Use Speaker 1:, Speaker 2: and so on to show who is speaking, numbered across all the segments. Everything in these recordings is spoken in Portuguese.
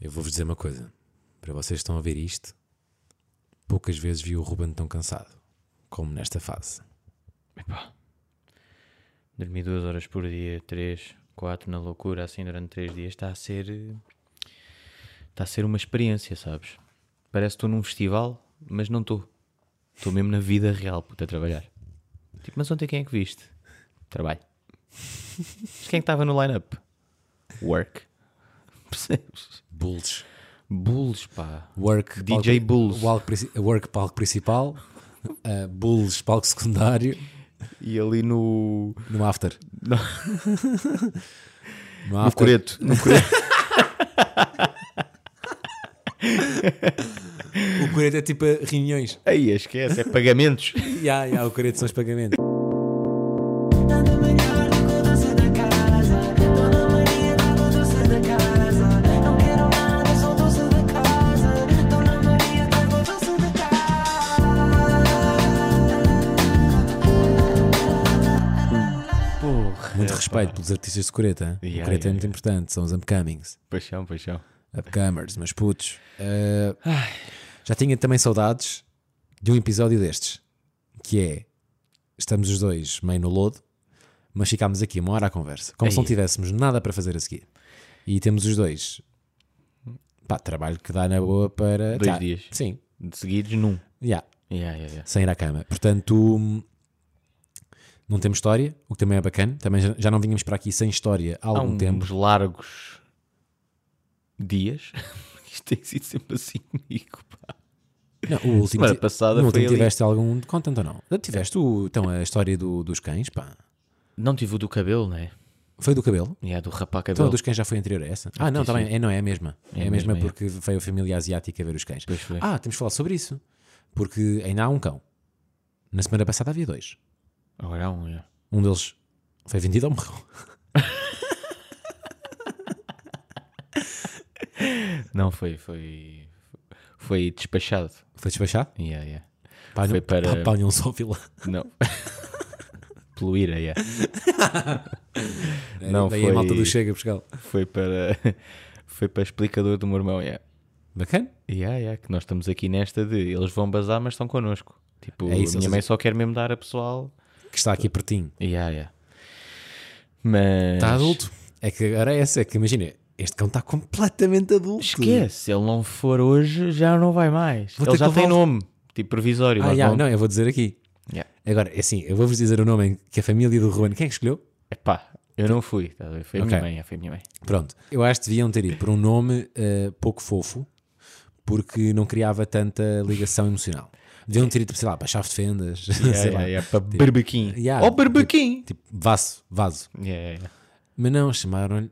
Speaker 1: Eu vou-vos dizer uma coisa. Para vocês que estão a ver isto, poucas vezes vi o Ruben tão cansado como nesta fase.
Speaker 2: Epá. Dormi duas horas por dia, três, quatro na loucura, assim durante três dias, está a ser. eh, Está a ser uma experiência, sabes? Parece que estou num festival, mas não estou. Estou mesmo na vida real, puto, a trabalhar. Tipo, mas ontem quem é que viste? Trabalho. Mas quem é que estava no line-up? Work. Percebes?
Speaker 1: Bulls.
Speaker 2: Bulls, pá.
Speaker 1: Work,
Speaker 2: DJ
Speaker 1: palco,
Speaker 2: Bulls.
Speaker 1: Walk princi- work, palco principal. eh, Bulls, palco secundário.
Speaker 2: E ali no.
Speaker 1: No after.
Speaker 2: Não.
Speaker 1: No
Speaker 2: No
Speaker 1: after.
Speaker 2: Coreto. No Coreto.
Speaker 1: o Coreto é tipo eh, reuniões.
Speaker 2: Aí, esquece, é pagamentos.
Speaker 1: Ya, ya, o Coreto são os pagamentos.
Speaker 3: Dona Maria da doce da casa, Dona Maria da doce da casa, não quero nada, sou doce da casa, Dona Maria da doce da
Speaker 2: Porra.
Speaker 1: Muito respeito pelos artistas de Coreto. hein?
Speaker 2: Ya,
Speaker 1: o Coreto
Speaker 2: ya,
Speaker 1: é muito importante. São os upcomings.
Speaker 2: Paixão, paixão.
Speaker 1: Upcomers, meus putos. Eh, já tinha também saudades de um episódio destes. Que é. Estamos os dois meio no lodo, mas ficámos aqui uma hora à conversa. Como se não
Speaker 2: Aí.
Speaker 1: tivéssemos nada para fazer a seguir. E temos os dois. Pá, trabalho que dá na boa para.
Speaker 2: Dois
Speaker 1: tá,
Speaker 2: dias.
Speaker 1: Sim.
Speaker 2: De seguidos num.
Speaker 1: Ya.
Speaker 2: Yeah, yeah, yeah.
Speaker 1: sem ir à cama. Portanto, hum, não temos história, o que também é bacana. Também já- já não vínhamos para aqui sem história há
Speaker 2: Há um
Speaker 1: algum
Speaker 2: uns
Speaker 1: tempo.
Speaker 2: largos dias. Isto tem sido sempre assim comigo, pá.
Speaker 1: Não, o último,
Speaker 2: Semana
Speaker 1: ti-
Speaker 2: passada
Speaker 1: no
Speaker 2: foi
Speaker 1: último
Speaker 2: ali.
Speaker 1: tiveste algum de content ou não? Não Tiveste o, então, a história do- dos cães, pá.
Speaker 2: Não tive o do cabelo, né?
Speaker 1: Foi do cabelo?
Speaker 2: E yeah, do rapar
Speaker 1: Então,
Speaker 2: cabelo.
Speaker 1: a dos cães já foi anterior a essa? Ah, não, tá
Speaker 2: tem
Speaker 1: bem. É, não, é a mesma. É, a mesma,
Speaker 2: mesma, é.
Speaker 1: porque veio a família asiática ver os cães.
Speaker 2: Pois foi.
Speaker 1: Ah, temos de falar sobre isso. Porque ainda há um cão. Na semana passada havia dois.
Speaker 2: Agora há um, yeah.
Speaker 1: Um deles foi vendido ou morreu.
Speaker 2: Não, foi, foi... Foi despachado.
Speaker 1: Foi despachado?
Speaker 2: Yeah, yeah.
Speaker 1: Pá,
Speaker 2: Foi
Speaker 1: não-
Speaker 2: para-
Speaker 1: pá, pá, um zoofila.
Speaker 2: Não. Poluíra, yeah. Não,
Speaker 1: Daí
Speaker 2: foi-
Speaker 1: a malta do Chega, Portugal.
Speaker 2: Foi para... Foi para explicador do meu irmão, yeah.
Speaker 1: Bacana?
Speaker 2: Yeah, yeah, que nós estamos aqui nesta de eles vão bazar, mas estão connosco. Tipo,
Speaker 1: É isso,
Speaker 2: a minha
Speaker 1: ou
Speaker 2: mãe só quer mesmo dar a pessoal.
Speaker 1: Que está aqui pertinho.
Speaker 2: Yeah, yeah. Mas
Speaker 1: Está adulto. É que agora é essa, é que imagina, este cão está completamente adulto.
Speaker 2: esquece, se ele não for hoje, já não vai mais.
Speaker 1: Vou
Speaker 2: ele
Speaker 1: ter
Speaker 2: já
Speaker 1: que
Speaker 2: tem
Speaker 1: levar- um
Speaker 2: nome, tipo provisório.
Speaker 1: Ah,
Speaker 2: nós
Speaker 1: já,
Speaker 2: não-
Speaker 1: não, eu vou dizer aqui.
Speaker 2: Yeah.
Speaker 1: Agora, é assim, eu vou-vos dizer o nome em que a família do Ruben, quem é que escolheu?
Speaker 2: Epá, eu não fui, tá a ver? foi a minha
Speaker 1: Ok.
Speaker 2: mãe, é, foi a minha mãe.
Speaker 1: Pronto, eu acho que deviam ter ido por um nome eh, pouco fofo, porque não criava tanta ligação emocional. Deviam ter ido, sei lá, para chave de fendas, sei lá,
Speaker 2: para Berbequim.
Speaker 1: Yeah,
Speaker 2: oh, Berbequim!
Speaker 1: tipo vaso, vaso.
Speaker 2: Yeah, yeah, yeah.
Speaker 1: Mas não, chamaram-lhe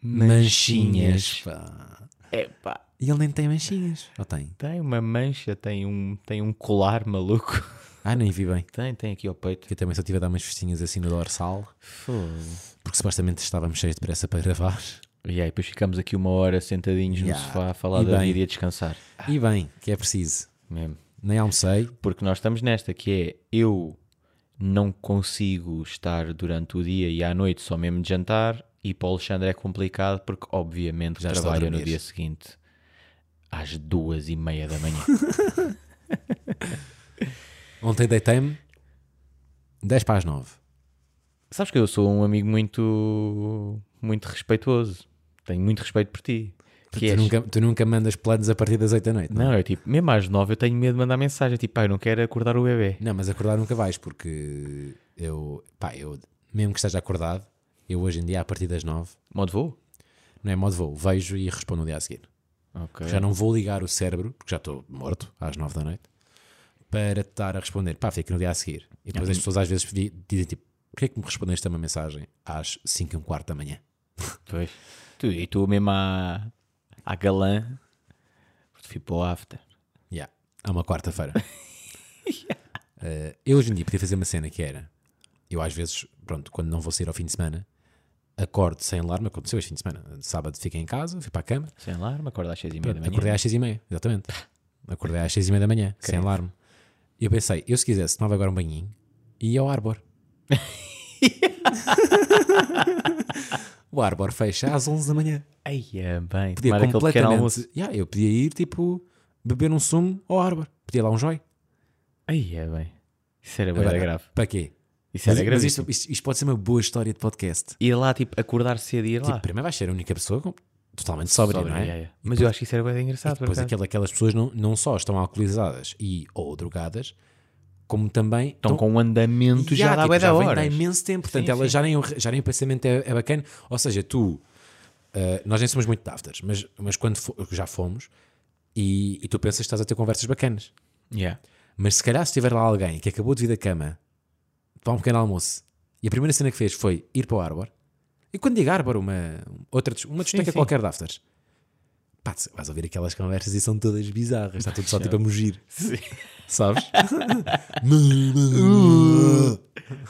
Speaker 2: Manchinhas.
Speaker 1: manchinhas. pá.
Speaker 2: Epá,
Speaker 1: E ele nem tem manchinhas. Ou tem?
Speaker 2: tem uma mancha, tem um, tem um colar maluco.
Speaker 1: Ah, nem vi bem.
Speaker 2: Tem, tem aqui ao peito.
Speaker 1: Que eu também só tive a dar umas festinhas assim no dorsal,
Speaker 2: Fogo.
Speaker 1: porque supostamente estávamos cheios de pressa para gravar.
Speaker 2: E aí, depois ficamos aqui uma hora sentadinhos
Speaker 1: Yeah.
Speaker 2: no sofá a falar
Speaker 1: E
Speaker 2: da
Speaker 1: bem.
Speaker 2: vida e a descansar.
Speaker 1: E bem, que é preciso.
Speaker 2: Mesmo.
Speaker 1: Nem almocei.
Speaker 2: Porque nós estamos nesta, que é eu não consigo estar durante o dia e à noite só mesmo de jantar, e para o Alexandre é complicado porque obviamente
Speaker 1: Já está a
Speaker 2: trabalha no
Speaker 1: dormir.
Speaker 2: dia seguinte às duas e meia da manhã.
Speaker 1: Ontem deitei-me 10 para as 9.
Speaker 2: Sabes que eu sou um amigo muito muito respeitoso. Tenho muito respeito por ti. Que
Speaker 1: Tu
Speaker 2: és-
Speaker 1: nunca, tu nunca mandas planos a partir das 8 da noite. Não, é?
Speaker 2: Não, eu tipo, mesmo às nove eu tenho medo de mandar mensagem, tipo, pai, eu não quero acordar o bebê.
Speaker 1: não mas acordar nunca vais, porque eu, pá, eu, mesmo que esteja acordado, eu hoje em dia, a partir das 9,
Speaker 2: Modo voo?
Speaker 1: não é modo voo, vejo e respondo no dia a seguir.
Speaker 2: Ok.
Speaker 1: Já não vou ligar o cérebro, porque já estou morto às 9 da noite, para estar a responder. Pá, fica no dia a seguir. E
Speaker 2: Uhum.
Speaker 1: depois as pessoas às vezes vi- dizem tipo: porquê é que me respondeste a uma mensagem às 5 e um quarto da manhã?
Speaker 2: Pois. Tu, e tu mesmo à, à galã, porque fui para o after.
Speaker 1: Yeah, é uma quarta-feira. Eh, eu hoje em dia podia fazer uma cena que era: eu às vezes, pronto, quando não vou sair ao fim de semana, acordo sem alarme. Aconteceu este fim de semana. Sábado fiquei em casa, fui para a cama,
Speaker 2: Sem alarme, acorda às seis e meia da
Speaker 1: Pronto,
Speaker 2: manhã.
Speaker 1: acordei às 6 e meia, exatamente. Acordei às 6 e meia da manhã, sem alarme. E eu pensei, eu se quisesse, tomava agora um banhinho e ia ao Arbor. o o Arbor fecha às 11 da manhã.
Speaker 2: Ai, é bem.
Speaker 1: Podia
Speaker 2: Tomar aquele pequeno almoço.
Speaker 1: completamente. Yeah, eu podia ir, tipo, beber um sumo ao Arbor. Podia ir lá um joy.
Speaker 2: Ai, é bem. Isso era bem
Speaker 1: Agora,
Speaker 2: é grave.
Speaker 1: Para quê?
Speaker 2: Isso
Speaker 1: Mas,
Speaker 2: era
Speaker 1: mas
Speaker 2: grave.
Speaker 1: isto, isto- isto pode ser uma boa história de podcast.
Speaker 2: Ir lá, tipo, acordar cedo e ir lá.
Speaker 1: Tipo, primeiro vais ser a única pessoa com- totalmente sóbria,
Speaker 2: Sóbrio,
Speaker 1: não é?
Speaker 2: yeah, yeah. Mas eu acho que isso era bem engraçado. por
Speaker 1: Depois
Speaker 2: acaso.
Speaker 1: aquela- aquelas pessoas não, não só estão alcoolizadas e ou drogadas, como também
Speaker 2: Estão com um andamento já dá bué da
Speaker 1: tipo, vem
Speaker 2: hora.
Speaker 1: de há imenso tempo, portanto,
Speaker 2: Sim,
Speaker 1: ela
Speaker 2: sim.
Speaker 1: Já, nem, o re- já nem o pensamento é, é bacana. Ou seja, tu, ah, nós nem somos muito de afters, mas, mas quando fo- já fomos e, e tu pensas que estás a ter conversas bacanas.
Speaker 2: Yeah.
Speaker 1: Mas se calhar, se tiver lá alguém que acabou de vir da cama, para um pequeno almoço, e a primeira cena que fez foi ir para o Arbor, e quando digo Arbor, uma, outra, dis- uma discoteca
Speaker 2: sim.
Speaker 1: qualquer de afters, pá, tu vais ouvir aquelas conversas e são todas bizarras, está tudo só tipo a mugir, sabes?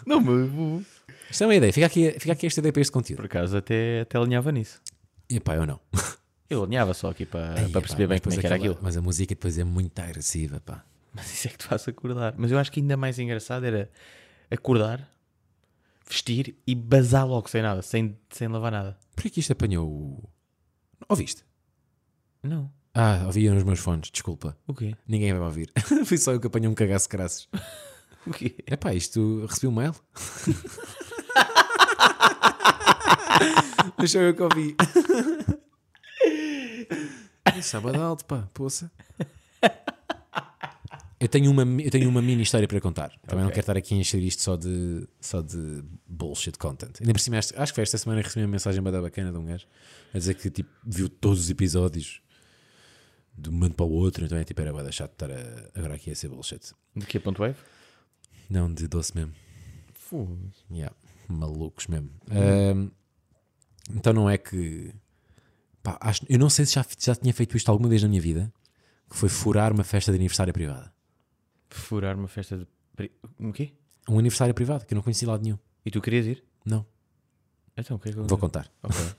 Speaker 2: Não me.
Speaker 1: Isto é uma ideia, fica aqui, fica aqui esta ideia para este conteúdo.
Speaker 2: Por acaso até, até alinhava nisso.
Speaker 1: E pá, eu não.
Speaker 2: Eu alinhava só aqui para,
Speaker 1: Ih,
Speaker 2: para
Speaker 1: pá, mas
Speaker 2: perceber bem como é
Speaker 1: depois
Speaker 2: que era
Speaker 1: aquela-
Speaker 2: aquilo.
Speaker 1: Mas a música depois é muito agressiva, pá.
Speaker 2: Mas isso é que te faz acordar. Mas eu acho que ainda mais engraçado era acordar, vestir e bazar logo sem nada, sem, sem lavar nada.
Speaker 1: Porquê que isto apanhou o. Ouviste?
Speaker 2: Não.
Speaker 1: Ah, ouvi nos meus fones, desculpa.
Speaker 2: O quê?
Speaker 1: Ninguém vai me ouvir. Fui só eu que apanhei um cagaço de graças.
Speaker 2: O quê?
Speaker 1: Epá, isto recebi um mail. Deixa eu que ouvi. É Sábado alto, pá, poça. Eu tenho, uma, eu tenho uma mini história para contar. Também não quero estar aqui a encher isto só de, só de bullshit content. Ainda por cima, esta- acho que foi esta semana que recebi uma mensagem bada bacana de um gajo a dizer que tipo, viu todos os episódios de um momento para o outro. Então é tipo, era bada chato estar a- agora aqui a ser bullshit.
Speaker 2: De que ponto wave?
Speaker 1: Não, de doce mesmo.
Speaker 2: Fogo.
Speaker 1: Yeah, malucos mesmo. Ahm, então não é que. pá, acho- eu não sei se já, fi- já tinha feito isto alguma vez na minha vida, que foi furar uma festa de aniversário privada.
Speaker 2: Furar uma festa de. pri- O quê?
Speaker 1: Um aniversário privado, que eu não conheci lá de nenhum.
Speaker 2: E tu querias ir?
Speaker 1: Não,
Speaker 2: Então, o que é que eu.
Speaker 1: vou contar.
Speaker 2: Ok.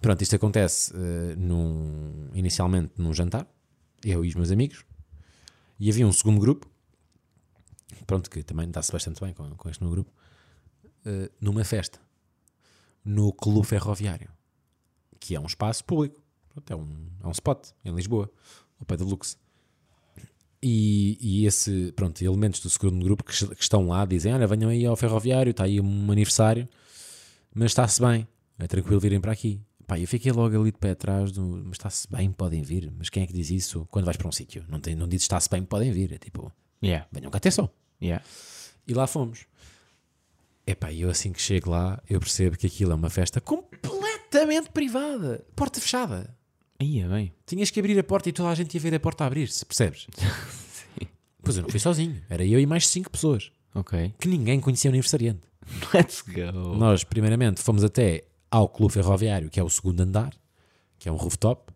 Speaker 1: Pronto, isto acontece eh, num- inicialmente num jantar, eu e os meus amigos, e havia um segundo grupo, pronto, que também dá-se bastante bem com, com este meu grupo, eh, numa festa, no Clube Ferroviário, que é um espaço público, pronto, é, um, é um spot em Lisboa, ao pé do Lux. E, e esse, pronto, elementos do segundo grupo que, que estão lá dizem: Olha, venham aí ao Ferroviário, está aí um aniversário mas está-se bem, é tranquilo virem para aqui. Pá, eu fiquei logo ali de pé atrás, do, mas está-se bem, podem vir. Mas quem é que diz isso quando vais para um sítio? Não, tem, não dizes está-se bem, podem vir. É tipo,
Speaker 2: Yeah.
Speaker 1: venham cá até só.
Speaker 2: Yeah.
Speaker 1: E lá fomos. Epá, e eu assim que chego lá, eu percebo que aquilo é uma festa completamente privada, porta fechada.
Speaker 2: Ia é bem.
Speaker 1: Tinhas que abrir a porta e toda a gente ia ver a porta abrir-se, percebes? Pois eu não fui sozinho, era eu e mais cinco pessoas,
Speaker 2: Ok.
Speaker 1: que ninguém conhecia o aniversariante.
Speaker 2: Let's go.
Speaker 1: Nós, primeiramente, fomos até ao Clube Ferroviário, que é o segundo andar, que é um rooftop.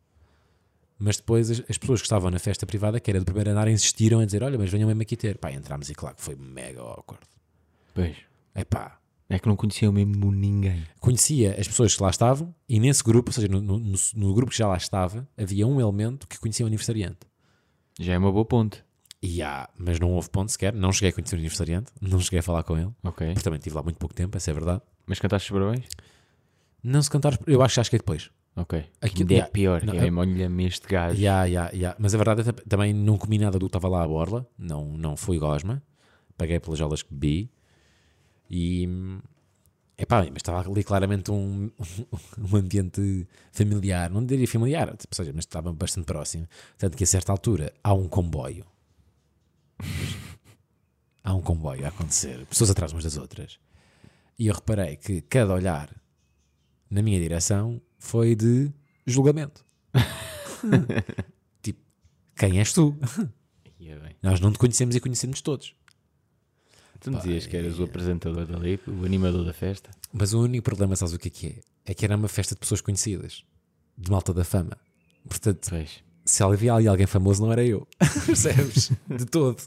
Speaker 1: Mas depois as, as pessoas que estavam na festa privada, que era do primeiro andar, insistiram a dizer: Olha, mas venham mesmo aqui ter. Pá, entramos e claro que foi mega awkward.
Speaker 2: Pois.
Speaker 1: É pá.
Speaker 2: É que não conhecia mesmo ninguém.
Speaker 1: Conhecia as pessoas que lá estavam e nesse grupo, ou seja, no, no- no- no grupo que já lá estava, havia um elemento que conhecia o aniversariante.
Speaker 2: Já é uma boa ponte.
Speaker 1: E há, mas não houve ponto sequer. Não cheguei a conhecer o aniversariante, não cheguei a falar com ele.
Speaker 2: Ok.
Speaker 1: Porque também estive lá muito pouco tempo, essa é verdade.
Speaker 2: Mas cantaste os parabéns?
Speaker 1: Não se cantar, eu acho que já cheguei depois.
Speaker 2: Ok.
Speaker 1: Aquilo-
Speaker 2: Ainda é
Speaker 1: yeah.
Speaker 2: pior.
Speaker 1: Não,
Speaker 2: é
Speaker 1: eu-
Speaker 2: mesmo, olha-me este gajo.
Speaker 1: Ya, ya, ya. Mas a verdade é que também não comi nada do que estava lá à borla, não, não fui gosma, paguei pelas aulas que bebi e. Epá, mas estava ali claramente um, um ambiente familiar, não diria familiar, tipo, ou seja, mas estava bastante próximo. Tanto que a certa altura há um comboio. há um comboio a acontecer, pessoas atrás umas das outras. E eu reparei que cada olhar na minha direção foi de julgamento tipo, quem és tu?
Speaker 2: Ia é bem.
Speaker 1: Nós não te conhecemos e conhecemos todos.
Speaker 2: Tu me dizias que eras o apresentador dali, o animador da festa.
Speaker 1: Mas o único problema, sabes o que é que é? É que era uma festa de pessoas conhecidas, de malta da fama. Portanto,
Speaker 2: Pois.
Speaker 1: se havia ali alguém famoso, não era eu. Percebes? De todo.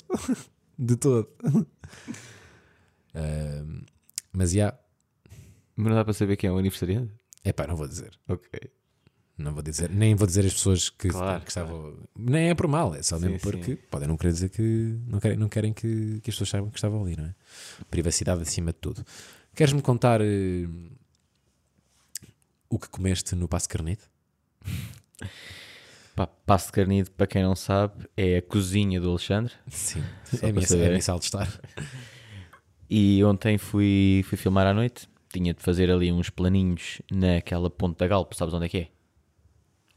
Speaker 1: De todo. Ahm, mas já.
Speaker 2: Mas não dá para saber quem é o aniversariante?
Speaker 1: É pá, não vou dizer.
Speaker 2: Ok.
Speaker 1: Não vou dizer. Nem vou dizer as pessoas que,
Speaker 2: Claro,
Speaker 1: que estavam. Nem é por mal, é só mesmo
Speaker 2: Sim,
Speaker 1: porque podem não querer dizer que. Não querem, não querem que, que as pessoas saibam que estavam ali, não é? Privacidade acima de tudo. Queres-me contar eh, o que comeste no passo carnete?
Speaker 2: Pá, passo de carnido, para quem não sabe, é a cozinha do Alexandre.
Speaker 1: Sim,
Speaker 2: Só
Speaker 1: é a
Speaker 2: para
Speaker 1: minha, é a
Speaker 2: saber.
Speaker 1: minha sala de estar.
Speaker 2: E ontem fui, fui filmar à noite. Tinha de fazer ali uns planinhos naquela ponte da Galpo, sabes onde é que é?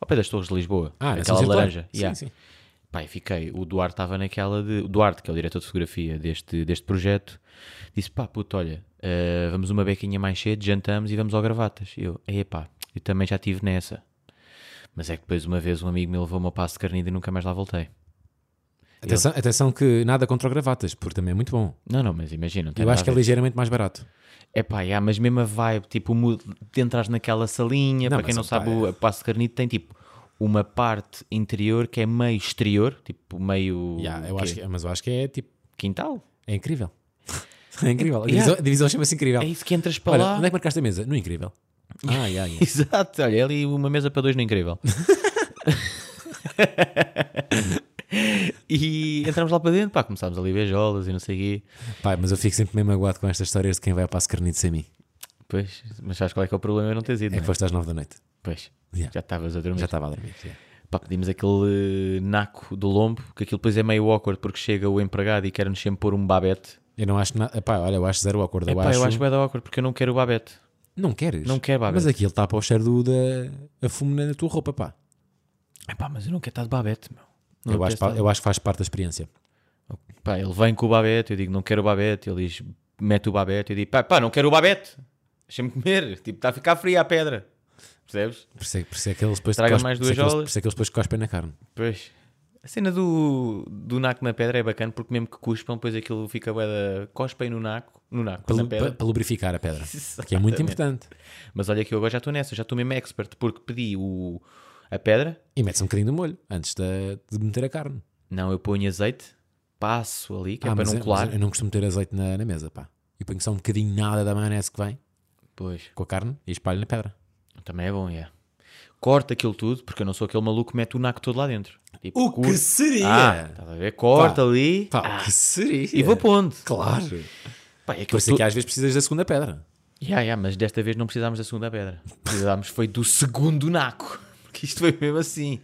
Speaker 2: Ao pé das Torres de Lisboa.
Speaker 1: Ah, na
Speaker 2: aquela
Speaker 1: São Circular.
Speaker 2: laranja.
Speaker 1: Sim,
Speaker 2: Yeah.
Speaker 1: sim.
Speaker 2: Pá, e fiquei. O Duarte estava naquela de. O Duarte, que é o diretor de fotografia deste, deste projeto, disse: pá, puto, olha, eh, vamos uma bequinha mais cedo, jantamos e vamos ao gravatas. E eu, é pá, eu também já estive nessa. Mas é que depois, uma vez, um amigo me levou uma passo de carnida e nunca mais lá voltei.
Speaker 1: Atenção, atenção que nada contra o gravatas, porque também é muito bom.
Speaker 2: Não, não, mas imagina. não tem
Speaker 1: Eu
Speaker 2: nada
Speaker 1: acho
Speaker 2: a
Speaker 1: que é
Speaker 2: ver.
Speaker 1: ligeiramente mais barato.
Speaker 2: É pá, yeah, mas mesmo a vibe, tipo, o mood de entras naquela salinha,
Speaker 1: Não,
Speaker 2: para quem
Speaker 1: mas, é.
Speaker 2: não
Speaker 1: pá,
Speaker 2: sabe, o Passo de Carnito tem tipo uma parte interior que é meio exterior, tipo meio
Speaker 1: Yeah, eu
Speaker 2: quê?
Speaker 1: acho que- mas eu acho que é tipo.
Speaker 2: quintal.
Speaker 1: É incrível. É incrível. A
Speaker 2: Yeah.
Speaker 1: divisão, a divisão chama-se incrível.
Speaker 2: É isso que entras para
Speaker 1: Olha,
Speaker 2: lá.
Speaker 1: onde é que marcaste a mesa? No incrível. Ah, yeah, yeah.
Speaker 2: Exato, olha, é ali uma mesa para dois no incrível. e entramos lá para dentro, pá, começámos ali beijolas e não sei o quê.
Speaker 1: Pai, mas eu fico sempre meio magoado com estas histórias de quem vai ao passo carnito sem mim.
Speaker 2: Pois, mas sabes qual é que é o problema? Eu não teres ido,
Speaker 1: É
Speaker 2: não
Speaker 1: que
Speaker 2: é?
Speaker 1: foste às nove da noite.
Speaker 2: Pois,
Speaker 1: Yeah.
Speaker 2: já estavas a dormir.
Speaker 1: Já estava a dormir. yeah.
Speaker 2: Pá, pedimos aquele eh, naco do lombo, que aquilo depois é meio awkward porque chega o empregado e quer-nos sempre pôr um babete.
Speaker 1: Eu não acho nada. Pá, olha, eu acho zero acordo.
Speaker 2: Eu,
Speaker 1: Eu,
Speaker 2: Epá,
Speaker 1: acho...
Speaker 2: eu acho bué da awkward porque eu não quero o babete.
Speaker 1: Não queres?
Speaker 2: Não quero babete.
Speaker 1: Mas aquilo tapa o cheiro do, da a fumo na tua roupa, pá.
Speaker 2: Epá, mas eu não quero estar de babete, meu. Não
Speaker 1: Eu
Speaker 2: me
Speaker 1: acho,
Speaker 2: apetece
Speaker 1: pá, eu acho que faz parte da experiência.
Speaker 2: nada. Pá, ele vem com o babete, eu digo não quero o babete, ele diz mete o babete, eu digo pá, pá não quero o babete, deixa-me comer, tipo está a ficar fria a pedra, percebes?
Speaker 1: Por isso é, por isso é que eles depois
Speaker 2: Traga
Speaker 1: cospem-
Speaker 2: mais
Speaker 1: por isso é
Speaker 2: duas
Speaker 1: que eles-
Speaker 2: jolas.
Speaker 1: Por isso é que eles depois cospem na carne.
Speaker 2: Pois. A cena do, do naco na pedra é bacana porque mesmo que cuspam, depois aquilo fica bué da... cospem no naco, no naco,
Speaker 1: Para,
Speaker 2: na
Speaker 1: lu-
Speaker 2: pedra.
Speaker 1: para- para lubrificar a pedra. Que é muito importante.
Speaker 2: Mas olha que eu agora já estou nessa, já estou mesmo expert, porque pedi o, a pedra.
Speaker 1: E metes um bocadinho de molho antes de, de meter a carne.
Speaker 2: Não, eu ponho azeite, passo ali, que é
Speaker 1: Ah,
Speaker 2: para
Speaker 1: mas
Speaker 2: não
Speaker 1: eu-
Speaker 2: colar.
Speaker 1: mas Eu não costumo ter azeite na, na mesa, pá. Eu ponho só um bocadinho nada da maionese que vem
Speaker 2: Pois,
Speaker 1: com a carne e espalho na pedra.
Speaker 2: também é bom, é. Corta aquilo tudo, porque eu não sou aquele maluco que mete o naco todo lá dentro. Tipo, curto. Ah,
Speaker 1: seria?
Speaker 2: estás a ver? Corta
Speaker 1: Pá.
Speaker 2: ali ah,
Speaker 1: Pá, o que seria?
Speaker 2: e vou pondo.
Speaker 1: Claro.
Speaker 2: Pá, é
Speaker 1: Por
Speaker 2: aquilo
Speaker 1: isso é
Speaker 2: tudo...
Speaker 1: que às vezes precisas da segunda pedra.
Speaker 2: Ya, ya, mas desta vez não precisámos da segunda pedra. Precisámos foi do segundo naco. Porque isto foi mesmo assim.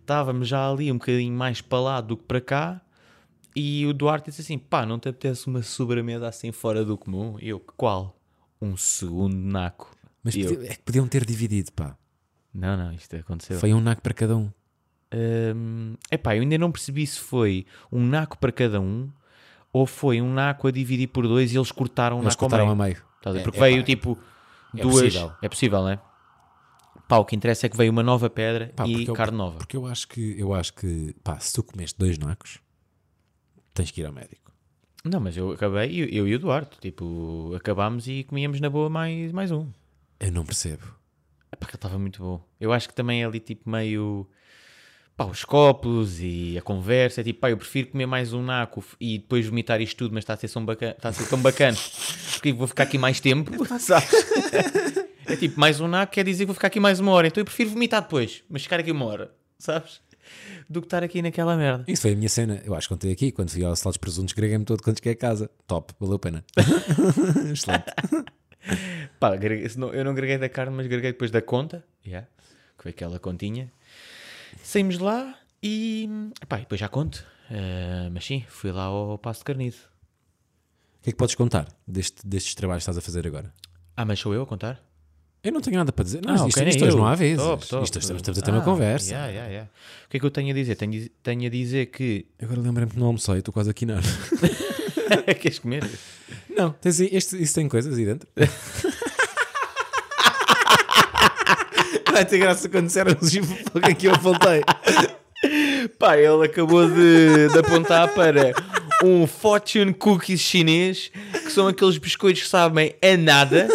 Speaker 2: Estávamos já ali um bocadinho mais para lá do que para cá. E o Duarte disse assim: pá, não te apetece uma sobremesa assim fora do comum? E eu, qual? Um segundo naco.
Speaker 1: Mas
Speaker 2: E eu,
Speaker 1: podia- é que podiam ter dividido, pá.
Speaker 2: não, não, isto aconteceu.
Speaker 1: Foi um naco para cada um.
Speaker 2: Hum, epá, eu ainda não percebi se foi um naco para cada um ou foi um naco a dividir por dois e eles cortaram o
Speaker 1: Eles
Speaker 2: naco ao
Speaker 1: cortaram
Speaker 2: meio.
Speaker 1: a meio.
Speaker 2: Estás a ver?
Speaker 1: É-
Speaker 2: Porque
Speaker 1: é
Speaker 2: veio
Speaker 1: pá,
Speaker 2: tipo
Speaker 1: é
Speaker 2: duas.
Speaker 1: possível.
Speaker 2: É possível, não é? Pá, o que interessa é que veio uma nova pedra
Speaker 1: Pá,
Speaker 2: e
Speaker 1: porque eu-
Speaker 2: carne nova.
Speaker 1: Porque eu acho que, eu acho que pá, se tu comeste dois nacos, tens que ir ao médico.
Speaker 2: Não, mas eu acabei, eu, eu e o Eduardo, tipo, acabámos e comíamos na boa mais, mais um.
Speaker 1: Eu não percebo.
Speaker 2: Epá, que ele estava muito bom. Eu acho que também é ali tipo meio. Pá, os copos e a conversa. É tipo, pá, eu prefiro comer mais um naco f- e depois vomitar isto tudo, mas está a ser, tão bacana, está a ser tão bacana. Porque vou ficar aqui mais tempo. sabes? É tipo, mais um naco quer dizer que vou ficar aqui mais uma hora. Então eu prefiro vomitar depois, mas ficar aqui uma hora, sabes? Do que estar aqui naquela merda.
Speaker 1: Isso foi a minha cena. Eu acho que contei aqui. Quando fui ao Salados Presuntos, greguei-me todo quando cheguei a casa. Top, valeu a pena. Excelente.
Speaker 2: Pá, agreguei- se não- eu não greguei da carne, mas greguei depois da conta. Yeah. Que foi aquela continha. Saímos de lá e. Pá, e depois já conto. Eh, mas sim, fui lá ao Passo de Carnido.
Speaker 1: O que é que podes contar deste- destes trabalhos que estás a fazer agora?
Speaker 2: Ah, mas sou eu a contar?
Speaker 1: Eu não tenho nada para dizer. Não,
Speaker 2: ah,
Speaker 1: isto,
Speaker 2: ok, nem
Speaker 1: isto hoje
Speaker 2: eu.
Speaker 1: não há vezes.
Speaker 2: Top, top.
Speaker 1: Isto é- estamos, estamos a ter uma
Speaker 2: Ah,
Speaker 1: conversa.
Speaker 2: yeah, yeah, yeah. O que é que eu tenho a dizer? Tenho, tenho a dizer que.
Speaker 1: Agora lembrei-me um que não almocei, estou quase aqui na
Speaker 2: Queres comer?
Speaker 1: Não, tens aí- este, isso tem coisas aí dentro. Vai ter graça quando disseram o que é que eu voltei.
Speaker 2: Pá, ele acabou de, de apontar para um fortune cookies chinês, que são aqueles biscoitos que sabem a nada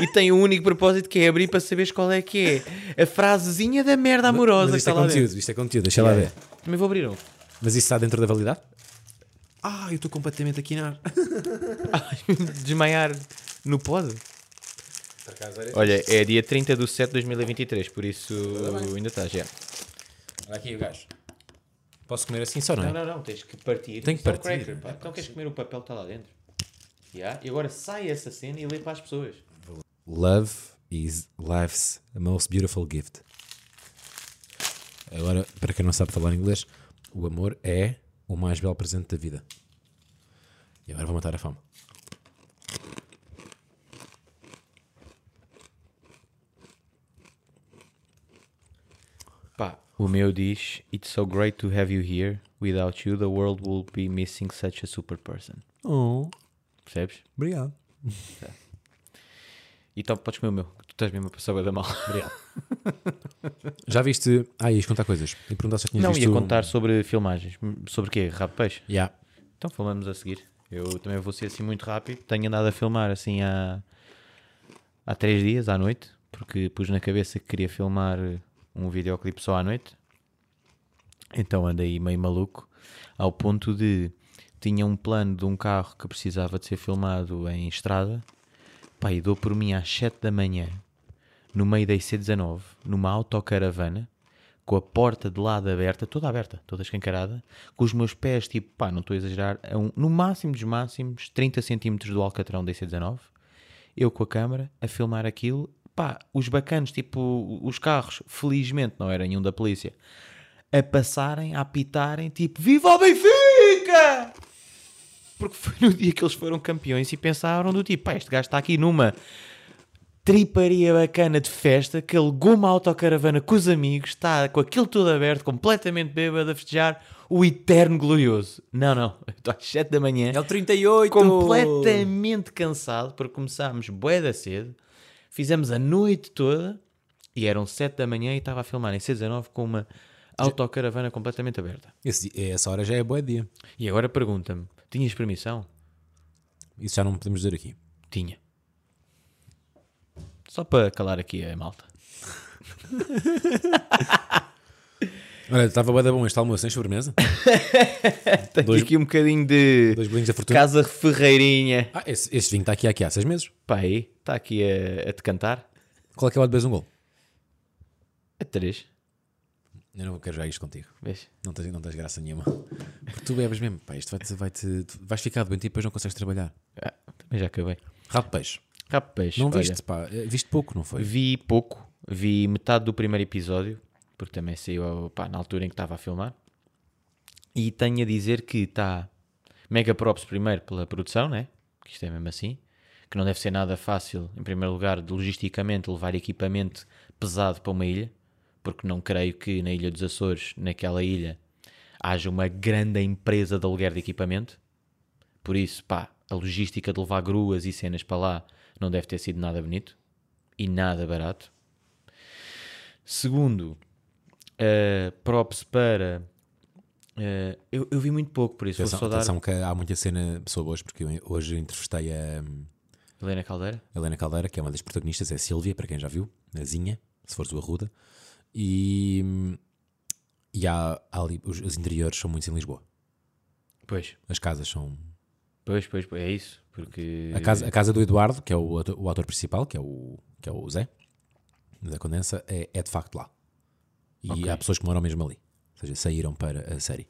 Speaker 2: e têm o único propósito que é abrir para saberes qual é que é a frasezinha da merda
Speaker 1: Mas
Speaker 2: amorosa que
Speaker 1: isto
Speaker 2: está
Speaker 1: é
Speaker 2: lá
Speaker 1: conteúdo,
Speaker 2: dentro.
Speaker 1: isto é conteúdo, deixa lá ver.
Speaker 2: Também vou abrir um.
Speaker 1: Mas isso está dentro da validade? Ah, eu estou completamente aqui na
Speaker 2: um. Desmaiar no pod.
Speaker 1: Olha
Speaker 2: Olha, é dia 30 de 7 de 2023, por isso ainda estás, já.
Speaker 1: aqui o gajo. Posso comer assim só, não é?
Speaker 2: Não, não, não, tens que partir.
Speaker 1: Tenho que
Speaker 2: Só o
Speaker 1: partir.
Speaker 2: cracker, pá. Então queres comer o papel que está lá dentro? Yeah. E agora sai essa cena e lê para as pessoas.
Speaker 1: Love is life's most beautiful gift. Agora, para quem não sabe falar inglês, o amor é o mais belo presente da vida. E agora vou matar a fome.
Speaker 2: Pá, o meu diz: It's so great to have you here. Without you, the world will be missing such a super person.
Speaker 1: Oh,
Speaker 2: Percebes?
Speaker 1: obrigado.
Speaker 2: Então podes comer o meu. que Tu estás mesmo a passar bué da mal.
Speaker 1: Já viste. Ah, ias contar coisas. E perguntar se já tinhas
Speaker 2: Não,
Speaker 1: visto.
Speaker 2: ia contar sobre filmagens. Sobre o quê? Rabo de peixe?
Speaker 1: Yeah.
Speaker 2: Então falamos a seguir. Eu também vou ser assim muito rápido. Tenho andado a filmar assim há, há três dias, à noite, porque pus na cabeça que queria filmar um videoclipe só à noite. Então andei meio maluco, ao ponto de tinha um plano de um carro que precisava de ser filmado em estrada. Pá, e dou por mim às 7 da manhã, no meio da IC19, numa autocaravana, com a porta de lado aberta, toda aberta, toda escancarada, com os meus pés, tipo, pá, não estou a exagerar, a um- no máximo dos máximos, 30 centímetros do alcatrão da IC19, eu com a câmara a filmar aquilo, pá, os bacanos, tipo, os carros, felizmente não era nenhum da polícia, a passarem, a apitarem, tipo, viva o Benfica! Porque foi no dia que eles foram campeões e pensaram do tipo, pá, este gajo está aqui numa triparia bacana de festa que alugou uma autocaravana com os amigos, está com aquilo tudo aberto, completamente bêbado a festejar o eterno glorioso. Não, não, eu estou às 7 da manhã.
Speaker 1: o 38!
Speaker 2: Completamente cansado, porque começámos bué da cedo, fizemos a noite toda e eram 7 da manhã e estava a filmar em 6 a 9 com uma autocaravana completamente aberta.
Speaker 1: Esse, essa hora já é boa dia.
Speaker 2: E agora pergunta-me: tinhas permissão?
Speaker 1: Isso já não podemos dizer aqui.
Speaker 2: Tinha. Só para calar aqui a malta.
Speaker 1: Olha, estava bem bom este almoço, sem sobremesa.
Speaker 2: Tenho aqui um bocadinho de
Speaker 1: Dois bolinhos da fortuna.
Speaker 2: Casa Ferreirinha.
Speaker 1: Ah, esse, esse vinho está aqui, aqui há seis meses.
Speaker 2: Pá, aí, está aqui a, a decantar.
Speaker 1: Qual é que é o de beber um gol?
Speaker 2: A 3.
Speaker 1: Eu não quero jogar isto contigo.
Speaker 2: Vês?
Speaker 1: Não tens, não tens graça nenhuma. Porque tu bebes mesmo. Pá, isto vai-te. Vai -te, vais ficar doente e depois não consegues trabalhar.
Speaker 2: Ah, também já acabei.
Speaker 1: Rabo de peixe.
Speaker 2: Rapaz,
Speaker 1: Não
Speaker 2: olha,
Speaker 1: viste, pá. eh, Viste pouco, não foi?
Speaker 2: Vi pouco, vi metade do primeiro episódio, porque também saiu pá, na altura em que estava a filmar. E tenho a dizer que está mega props primeiro pela produção, né? Que isto é mesmo assim. Que não deve ser nada fácil, em primeiro lugar, de logisticamente levar equipamento pesado para uma ilha, porque não creio que na Ilha dos Açores, naquela ilha, haja uma grande empresa de aluguer de equipamento. Por isso, pá, a logística de levar gruas e cenas para lá não deve ter sido nada bonito e nada barato. Segundo, eh, props para. eh, eu, eu vi muito pouco, por isso
Speaker 1: Atenção,
Speaker 2: vou só dar.
Speaker 1: atenção que há muita cena pessoa hoje, porque eu hoje entrevistei a hum,
Speaker 2: Helena Caldeira?
Speaker 1: Helena Caldeira, que é uma das protagonistas, é a Silvia, para quem já viu, a Zinha, se fores do Arruda. E, hum, e há, há ali, os, os interiores são muitos em Lisboa.
Speaker 2: Pois,
Speaker 1: As casas são.
Speaker 2: pois, pois, pois, é isso. Porque.
Speaker 1: A casa, a casa do Eduardo, que é o, ator- o ator principal, que é o, que é o Zé, da Condensa, é, é de facto lá. E há pessoas que moram mesmo ali. Ou seja, saíram para a série.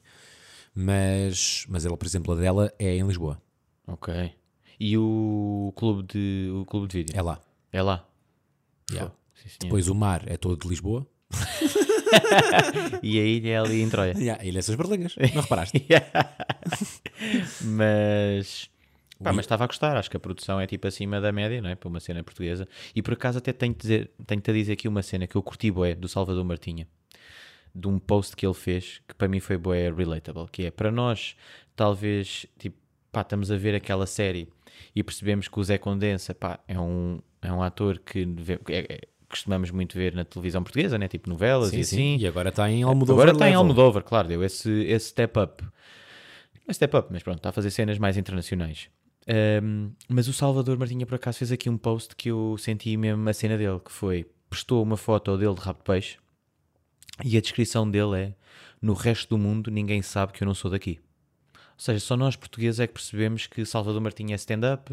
Speaker 1: Mas, mas ela, por exemplo, a dela é em Lisboa.
Speaker 2: Ok. E o clube de, o clube de vídeo?
Speaker 1: É lá.
Speaker 2: É, lá.
Speaker 1: Yeah.
Speaker 2: Pô, sim, senhor.
Speaker 1: Depois o mar é todo de Lisboa.
Speaker 2: E a ilha é ali em Troia.
Speaker 1: Yeah, ele é essas berlingas. Não reparaste?
Speaker 2: mas. Pá, mas estava a gostar, acho que a produção é tipo acima da média, não é? Para uma cena portuguesa. E por acaso até tenho-te dizer, tenho a dizer aqui uma cena que eu curti boé, do Salvador Martinha, de um post que ele fez, que para mim foi boé relatable, que é para nós, talvez, tipo, pá, estamos a ver aquela série e percebemos que o Zé Condensa, pá, é um, é um ator que vê- é- é- costumamos muito ver na televisão portuguesa, né? Tipo novelas e assim.
Speaker 1: E agora está em Almodóvar.
Speaker 2: Agora está em
Speaker 1: level.
Speaker 2: Almodóvar, claro, deu esse, esse step up. Não é step up, mas pronto, está a fazer cenas mais internacionais. Ahm, mas o Salvador Martinha, por acaso, fez aqui um post que eu senti mesmo a cena dele, que foi, postou uma foto dele de rabo de peixe e a descrição dele é no resto do mundo ninguém sabe que eu não sou daqui. Ou seja, só nós portugueses é que percebemos que Salvador Martinha é stand-up,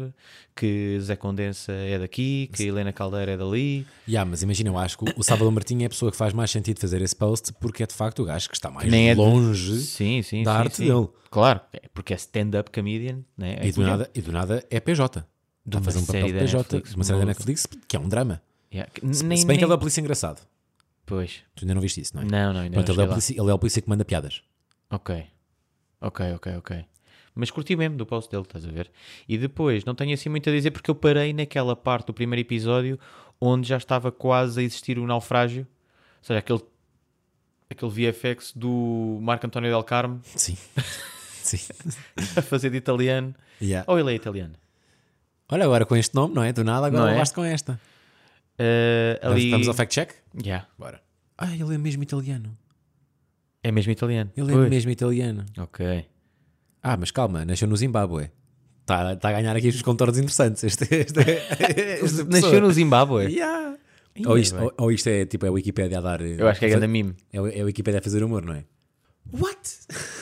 Speaker 2: que Zé Condensa é daqui, que Helena Caldeira é dali.
Speaker 1: Yeah, mas imagina, eu acho que o- o Salvador Martinho é a pessoa que faz mais sentido fazer esse post porque é de facto o gajo que está mais
Speaker 2: nem é de-
Speaker 1: longe.
Speaker 2: Sim, sim,
Speaker 1: da
Speaker 2: sim,
Speaker 1: arte
Speaker 2: sim.
Speaker 1: dele.
Speaker 2: Claro, é porque é stand-up comedian, né? É
Speaker 1: E do,
Speaker 2: comedian.
Speaker 1: nada, e do nada é PJ. Está a
Speaker 2: uma
Speaker 1: fazer um papel
Speaker 2: série
Speaker 1: de
Speaker 2: da
Speaker 1: PJ,
Speaker 2: Netflix,
Speaker 1: uma série da
Speaker 2: maluco.
Speaker 1: Netflix que é um drama.
Speaker 2: Yeah, que
Speaker 1: Se,
Speaker 2: nem-
Speaker 1: se bem que ele é o
Speaker 2: nem-
Speaker 1: polícia engraçado.
Speaker 2: Pois.
Speaker 1: Tu ainda não viste isso, não é?
Speaker 2: Não, não,
Speaker 1: Pronto,
Speaker 2: ainda
Speaker 1: ele
Speaker 2: não
Speaker 1: é,
Speaker 2: cheguei
Speaker 1: o
Speaker 2: lá.
Speaker 1: polícia, ele é o polícia que manda piadas.
Speaker 2: Ok. Ok, ok, ok. Mas curti mesmo do post dele, estás a ver? E depois, não tenho assim muito a dizer porque eu parei naquela parte do primeiro episódio onde já estava quase a existir o naufrágio. Ou seja, aquele, aquele VFX do Marco António Del Carmo
Speaker 1: Sim. Sim.
Speaker 2: a fazer de italiano.
Speaker 1: Yeah.
Speaker 2: Ou ele é italiano?
Speaker 1: Olha, agora com este nome, não é? Do nada,
Speaker 2: Não
Speaker 1: agora
Speaker 2: é?
Speaker 1: levaste com esta.
Speaker 2: Eh, ali...
Speaker 1: Estamos ao fact check?
Speaker 2: Yeah,
Speaker 1: Bora. Ah, ele é mesmo italiano.
Speaker 2: É mesmo italiano.
Speaker 1: Ele é
Speaker 2: Pois.
Speaker 1: mesmo italiano.
Speaker 2: Ok.
Speaker 1: Ah, mas calma, nasceu no Zimbábue. Está tá a ganhar aqui os contornos interessantes. Este, este, esta
Speaker 2: Nasceu
Speaker 1: pessoa.
Speaker 2: no Zimbábue.
Speaker 1: Yeah.
Speaker 2: Ia
Speaker 1: Ou, isto,
Speaker 2: bem.
Speaker 1: ou, ou isto é tipo é a Wikipédia a dar.
Speaker 2: Eu acho que é grande mime.
Speaker 1: É, o- é a Wikipédia a fazer humor, não é? What?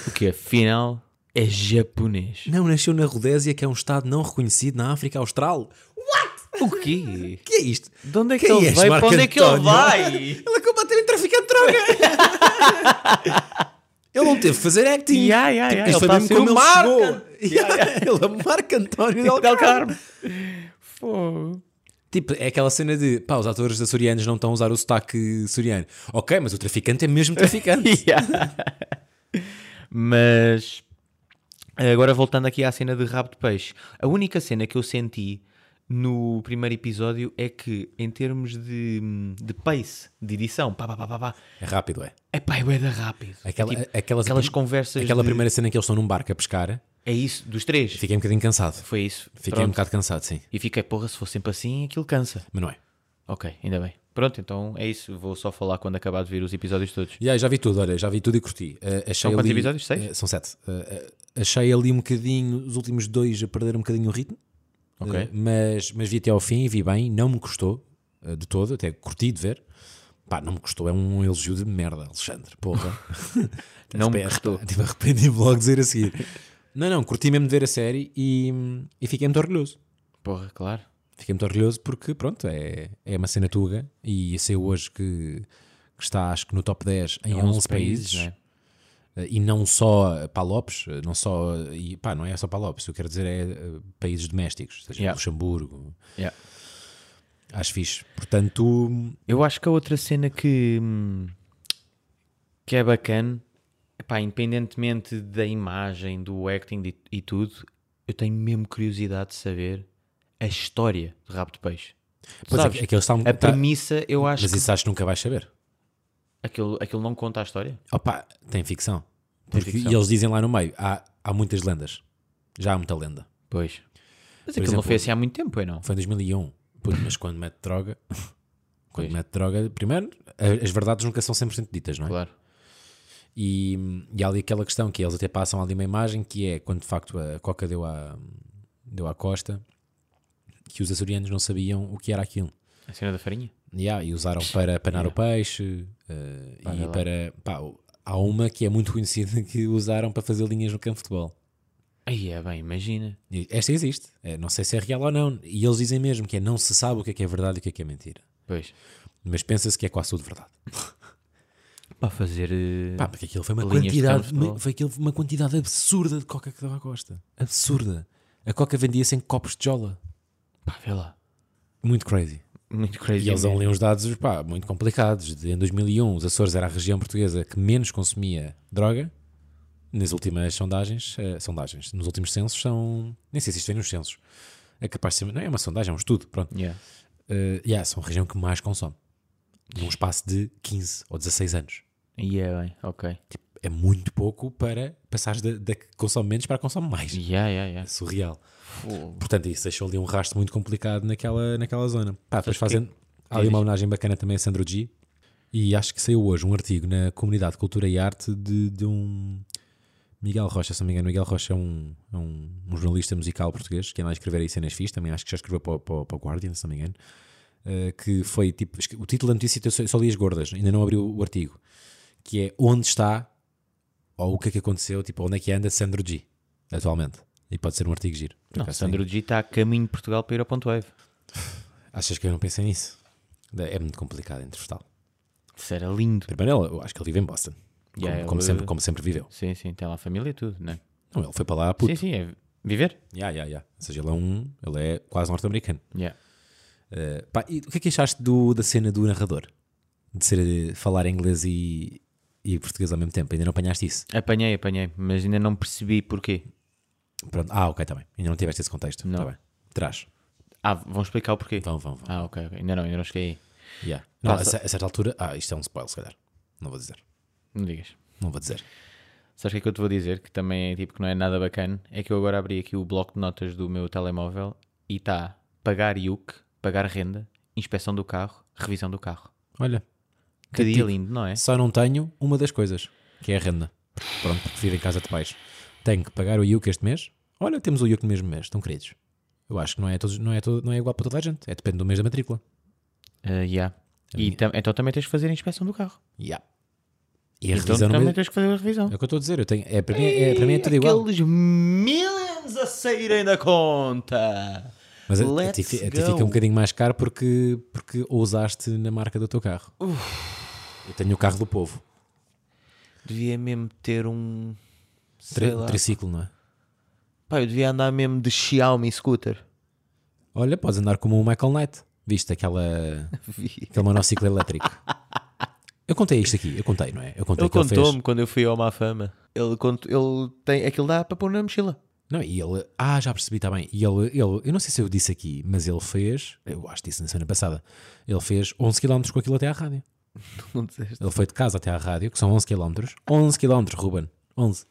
Speaker 2: Porque afinal é japonês.
Speaker 1: Não, nasceu na Rodésia, que é um estado não reconhecido na África Austral. What?
Speaker 2: O quê?
Speaker 1: O que é isto?
Speaker 2: De onde é que
Speaker 1: Quem
Speaker 2: ele
Speaker 1: és,
Speaker 2: vai?
Speaker 1: Marco
Speaker 2: Para onde é que ele
Speaker 1: António?
Speaker 2: vai?
Speaker 1: Ele é completamente traficante de droga. ele não teve que fazer acting.
Speaker 2: Yeah, yeah, yeah.
Speaker 1: Isto foi
Speaker 2: Ele tá
Speaker 1: mesmo
Speaker 2: a ser
Speaker 1: como
Speaker 2: o
Speaker 1: ele
Speaker 2: Marco.
Speaker 1: chegou. Yeah, Ele é o Marco António Del
Speaker 2: Del
Speaker 1: Carmo.
Speaker 2: Carmo. Fogo.
Speaker 1: Tipo, é aquela cena de pá, os atores açorianos não estão a usar o sotaque soriano. Ok, mas o traficante é mesmo traficante.
Speaker 2: Mas agora voltando aqui à cena de rabo de peixe, a única cena que eu senti no primeiro episódio é que em termos de, de pace, de edição, pá, pá, pá, pá, pá,
Speaker 1: é rápido, é.
Speaker 2: é pá, é bué da rápido.
Speaker 1: Aquela,
Speaker 2: Tipo,
Speaker 1: aquelas,
Speaker 2: aquelas conversas
Speaker 1: aquela
Speaker 2: de-
Speaker 1: primeira cena que eles estão num barco a pescar,
Speaker 2: É isso, dos três.
Speaker 1: fiquei um bocadinho cansado.
Speaker 2: Foi isso.
Speaker 1: Fiquei um
Speaker 2: Pronto.
Speaker 1: bocado cansado, sim.
Speaker 2: E fiquei, porra, se for sempre assim, aquilo cansa.
Speaker 1: Mas não é.
Speaker 2: Ok, ainda bem. Pronto, então é isso. Vou só falar quando acabar de ver os episódios todos.
Speaker 1: Yeah, já vi tudo, olha, já vi tudo e curti. Eh, achei
Speaker 2: São
Speaker 1: ali,
Speaker 2: quantos episódios? Seis?
Speaker 1: eh, são sete. Eh, eh, achei ali um bocadinho, os últimos dois a perder um bocadinho o ritmo,
Speaker 2: Ok.
Speaker 1: Eh, mas, mas vi até ao fim, vi bem, não me custou eh, de todo, até curti de ver. Pá, não me custou, é um elogio de merda, Alexandre, porra.
Speaker 2: Não me
Speaker 1: Espera,
Speaker 2: custou.
Speaker 1: Tipo, arrependi-me logo de dizer a seguir. não, não, curti mesmo de ver a série e, e fiquei muito orgulhoso.
Speaker 2: Porra, claro.
Speaker 1: Fiquei muito orgulhoso porque, pronto, é, é uma cena tuga e saiu hoje que, que está, acho que no top 10 em 11, países.
Speaker 2: né?
Speaker 1: Eh, e não só eh, Palopes, eh, não só eh, e, pá, não é só Palopes, o que eu quero dizer é eh, países domésticos, ou seja,
Speaker 2: Yeah.
Speaker 1: Luxemburgo,
Speaker 2: Yeah.
Speaker 1: acho fixe. Portanto,
Speaker 2: Eu acho que a outra cena que, hum, que é bacana, epá, independentemente da imagem, do acting de- e tudo, eu tenho mesmo curiosidade de saber a história de Rabo de Peixe.
Speaker 1: pois é,
Speaker 2: Sabes?
Speaker 1: que- aquele está,
Speaker 2: A
Speaker 1: tá-
Speaker 2: premissa, eu acho
Speaker 1: mas
Speaker 2: que
Speaker 1: isso acho que nunca vais saber.
Speaker 2: aquilo, aquilo não conta a história.
Speaker 1: Opa, tem ficção.
Speaker 2: Tem
Speaker 1: Porque,
Speaker 2: ficção.
Speaker 1: E eles dizem lá no meio: há, há muitas lendas, já há muita lenda.
Speaker 2: Pois. Mas
Speaker 1: Por
Speaker 2: aquilo
Speaker 1: exemplo,
Speaker 2: não foi assim há muito tempo, é não?
Speaker 1: Foi em 2001, Puto, mas quando mete droga, quando mete droga, primeiro, a- as verdades nunca são 100% ditas, não é?
Speaker 2: Claro.
Speaker 1: E, e há ali aquela questão que eles até passam ali uma imagem que é quando de facto a Coca deu à, deu à Costa que os açorianos não sabiam o que era aquilo.
Speaker 2: A cena da farinha?
Speaker 1: E, há- e usaram para panar o peixe eh,
Speaker 2: Para
Speaker 1: e
Speaker 2: lá.
Speaker 1: para. pá, há uma que é muito conhecida que usaram para fazer linhas no campo de futebol.
Speaker 2: Aí é bem, imagina.
Speaker 1: E Esta existe, Eh, não sei se é real ou não. E eles dizem mesmo que é não se sabe o que é que é verdade e o que é que é mentira.
Speaker 2: Pois.
Speaker 1: Mas pensa-se que é quase tudo verdade.
Speaker 2: Para fazer. eh,
Speaker 1: Pá, porque aquilo foi uma
Speaker 2: Linhas de
Speaker 1: quantidade,
Speaker 2: campo de futebol.
Speaker 1: foi aquilo uma quantidade absurda de coca que dava à Costa. Absurda. A coca vendia-se em copos de jola.
Speaker 2: pá, vê lá.
Speaker 1: Muito crazy.
Speaker 2: Muito
Speaker 1: E
Speaker 2: crazy.
Speaker 1: eles dão um
Speaker 2: mesmo.
Speaker 1: ali uns dados pá, muito complicados. De- em 2001, os Açores era a região portuguesa que menos consumia droga. Nas últimas sondagens, eh, sondagens, nos últimos censos são. Nem sei se isto vem nos censos. É capaz de ser. Não é uma sondagem, é um estudo. Pronto.
Speaker 2: Yeah.
Speaker 1: Eh, yeah, são a região que mais consome. Num espaço de 15 ou 16 anos.
Speaker 2: E é bem, ok.
Speaker 1: É muito pouco para passares da da que consome menos para a que consome mais.
Speaker 2: Yeah, yeah, yeah.
Speaker 1: surreal. Portanto, isso deixou ali um rastro muito complicado naquela, naquela zona. Pá, depois fazendo há ali uma homenagem bacana também a Sandro G. E acho que saiu hoje um artigo na comunidade de Cultura e Arte de, de um Miguel Rocha, se não me engano. Miguel Rocha é um, é um, um jornalista musical português que anda a escrever aí cenas fixe, também acho que já escreveu para, o- para, o- para o Guardian, se não me engano. eh, que foi tipo, esque- o título da notícia eu só, só li as gordas, ainda não abriu o artigo. Que é Onde está ou o que é que aconteceu, tipo, onde é que anda Sandro G atualmente. E pode ser um artigo giro. por
Speaker 2: Não,
Speaker 1: acaso
Speaker 2: Sandro G está a caminho de Portugal para ir ao ponto wave.
Speaker 1: tenho. Achas que eu não pensei nisso? É muito complicado entrevistá-lo.
Speaker 2: Isso era lindo.
Speaker 1: Primeiro, ele- eu acho que ele vive em Boston. Como,
Speaker 2: Yeah,
Speaker 1: como
Speaker 2: ele-
Speaker 1: sempre, como sempre viveu.
Speaker 2: Sim, sim, tem lá família e tudo, né?
Speaker 1: Não, ele foi para lá, puto.
Speaker 2: Sim, sim, é viver.
Speaker 1: Yeah, yeah, yeah. Ou seja, ele é um. Ele é quase norte-americano.
Speaker 2: Yeah.
Speaker 1: Eh, pá, e o que é que achaste do- da cena do narrador? De ser eh, falar inglês e, e português ao mesmo tempo? Ainda não apanhaste isso?
Speaker 2: Apanhei, apanhei, mas ainda não percebi porquê.
Speaker 1: Pronto. Ah, ok, está bem. Ainda não tiveste esse contexto.
Speaker 2: Não.
Speaker 1: Está bem. Traz. Então
Speaker 2: Ah, vão explicar o porquê.
Speaker 1: Vão, vão, vão.
Speaker 2: Ah, ok, ok. Ainda não, ainda não cheguei aí.
Speaker 1: Yeah. Não, a,
Speaker 2: Passa-
Speaker 1: ce- a certa altura. Ah, isto é um spoiler, se calhar. Não vou dizer.
Speaker 2: Não digas.
Speaker 1: Não vou dizer.
Speaker 2: Sabes o que é que eu te vou dizer? Que também é tipo que não é nada bacana. É que eu agora abri aqui o bloco de notas do meu telemóvel e está pagar IUC, pagar renda, inspeção do carro, revisão do carro.
Speaker 1: Olha,
Speaker 2: Que dia
Speaker 1: tipo-
Speaker 2: lindo, não é?
Speaker 1: só não tenho uma das coisas, que é a renda. Pronto, porque vivo em casa de pais. Tenho que pagar o IUC este mês. Olha, temos o IUC no mesmo mês, estão queridos. Eu acho que não é, todos, não, é todo- não é igual para toda a gente. É depende do mês da matrícula. Uh,
Speaker 2: Ah, yeah.
Speaker 1: A
Speaker 2: E
Speaker 1: minha-
Speaker 2: tam- então também tens que fazer a inspeção do carro.
Speaker 1: Yeah. E a
Speaker 2: Então
Speaker 1: revisão no
Speaker 2: também
Speaker 1: mês.
Speaker 2: tens que fazer a revisão.
Speaker 1: É o que eu estou a dizer. Eu tenho, é, para, mim, é, para mim é tudo igual.
Speaker 2: Aqueles millions a saírem da conta.
Speaker 1: Mas a- a
Speaker 2: Let's
Speaker 1: ti fi- a ti
Speaker 2: go.
Speaker 1: fica um bocadinho mais caro porque, porque ousaste na marca do teu carro. Eu tenho o carro do povo.
Speaker 2: Devia mesmo ter um. Sei
Speaker 1: Tri-
Speaker 2: lá.
Speaker 1: triciclo, não é?
Speaker 2: Pá, eu devia andar mesmo de Xiaomi scooter.
Speaker 1: Olha, podes andar como o Michael Knight. Viste aquela, aquele monociclo elétrico. Eu contei isto aqui, eu contei, não é? Eu contei
Speaker 2: Ele
Speaker 1: que ele fez.
Speaker 2: contou-me quando eu fui ao Má Fama. Ele, cont... ele tem. Aquilo dá para pôr na mochila.
Speaker 1: Não, e ele, ah, já percebi, está bem. E ele, ele, eu não sei se eu disse aqui, mas ele fez, eu acho que disse na semana passada, ele fez 11 km com aquilo até à rádio.
Speaker 2: Não disseste.
Speaker 1: Ele foi de casa até à rádio, que são 11 km. 11 km, Ruben. 11.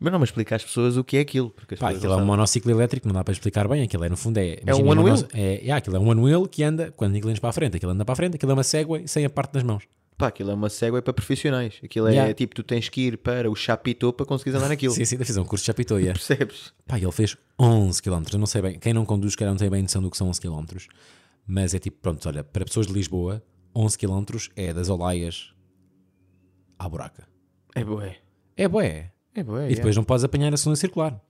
Speaker 2: Mas não me explica às pessoas o que é aquilo. Porque as
Speaker 1: Pá,
Speaker 2: pessoas
Speaker 1: aquilo é
Speaker 2: não
Speaker 1: um
Speaker 2: sabem.
Speaker 1: monociclo elétrico, não dá para explicar bem. Aquilo é, no fundo, é. imagina
Speaker 2: um one
Speaker 1: mono-
Speaker 2: wheel?
Speaker 1: É, é, aquilo é um one wheel que anda, quando inclinas para a frente, aquilo anda para a frente, aquilo é uma Segway sem a parte das mãos.
Speaker 2: Pá, aquilo é uma cegua para profissionais. Aquilo é
Speaker 1: Yeah.
Speaker 2: tipo, tu tens que ir para o Chapitô para conseguir andar naquilo.
Speaker 1: Sim, sim, ainda fiz um curso de chapitou, yeah.
Speaker 2: Percebes?
Speaker 1: Pá, ele fez 11 km. Eu não sei bem, quem não conduz, cara, não tem bem noção do que são 11 km. Mas é tipo, pronto, olha, para pessoas de Lisboa, 11 km é das Olaias à Buraca.
Speaker 2: É boé.
Speaker 1: É bué.
Speaker 2: É boé.
Speaker 1: E depois não podes apanhar a segunda circular.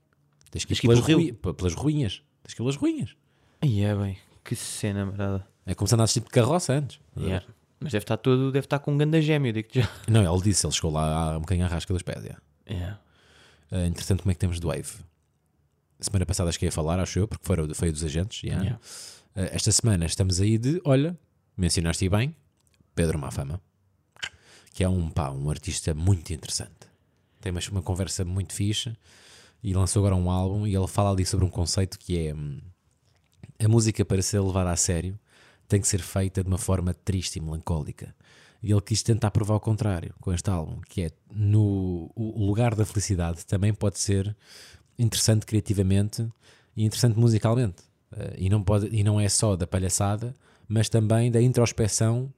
Speaker 1: Tens que ir
Speaker 2: Tens que ir
Speaker 1: pelas,
Speaker 2: pelo
Speaker 1: rui- pe- pelas ruínas. Tens que ir pelas ruínas.
Speaker 2: Ai, é bem. Que cena, marada.
Speaker 1: É como se andasses tipo de carroça antes.
Speaker 2: Yeah. Mas deve estar todo, deve estar com um ganda gêmeo, digo-te já.
Speaker 1: Não, ele disse, ele chegou lá há um bocadinho à rasca dos pés. Yeah.
Speaker 2: Yeah.
Speaker 1: Ah, entretanto, como é que temos do Wave? Semana passada acho que ia falar, acho eu, porque foram, foi dos agentes. yeah.
Speaker 2: Yeah.
Speaker 1: Ah, esta semana estamos aí de, olha, mencionaste bem, Pedro Mafama, que é um pá, um artista muito interessante. Tem uma, uma conversa muito fixe e lançou agora um álbum e ele fala ali sobre um conceito que é hum, a música para ser levada a sério tem que ser feita de uma forma triste e melancólica. E ele quis tentar provar o contrário com este álbum, que é no o o lugar da felicidade também pode ser interessante criativamente e interessante musicalmente. Eh, e, não pode, e não é só da palhaçada, mas também da introspecção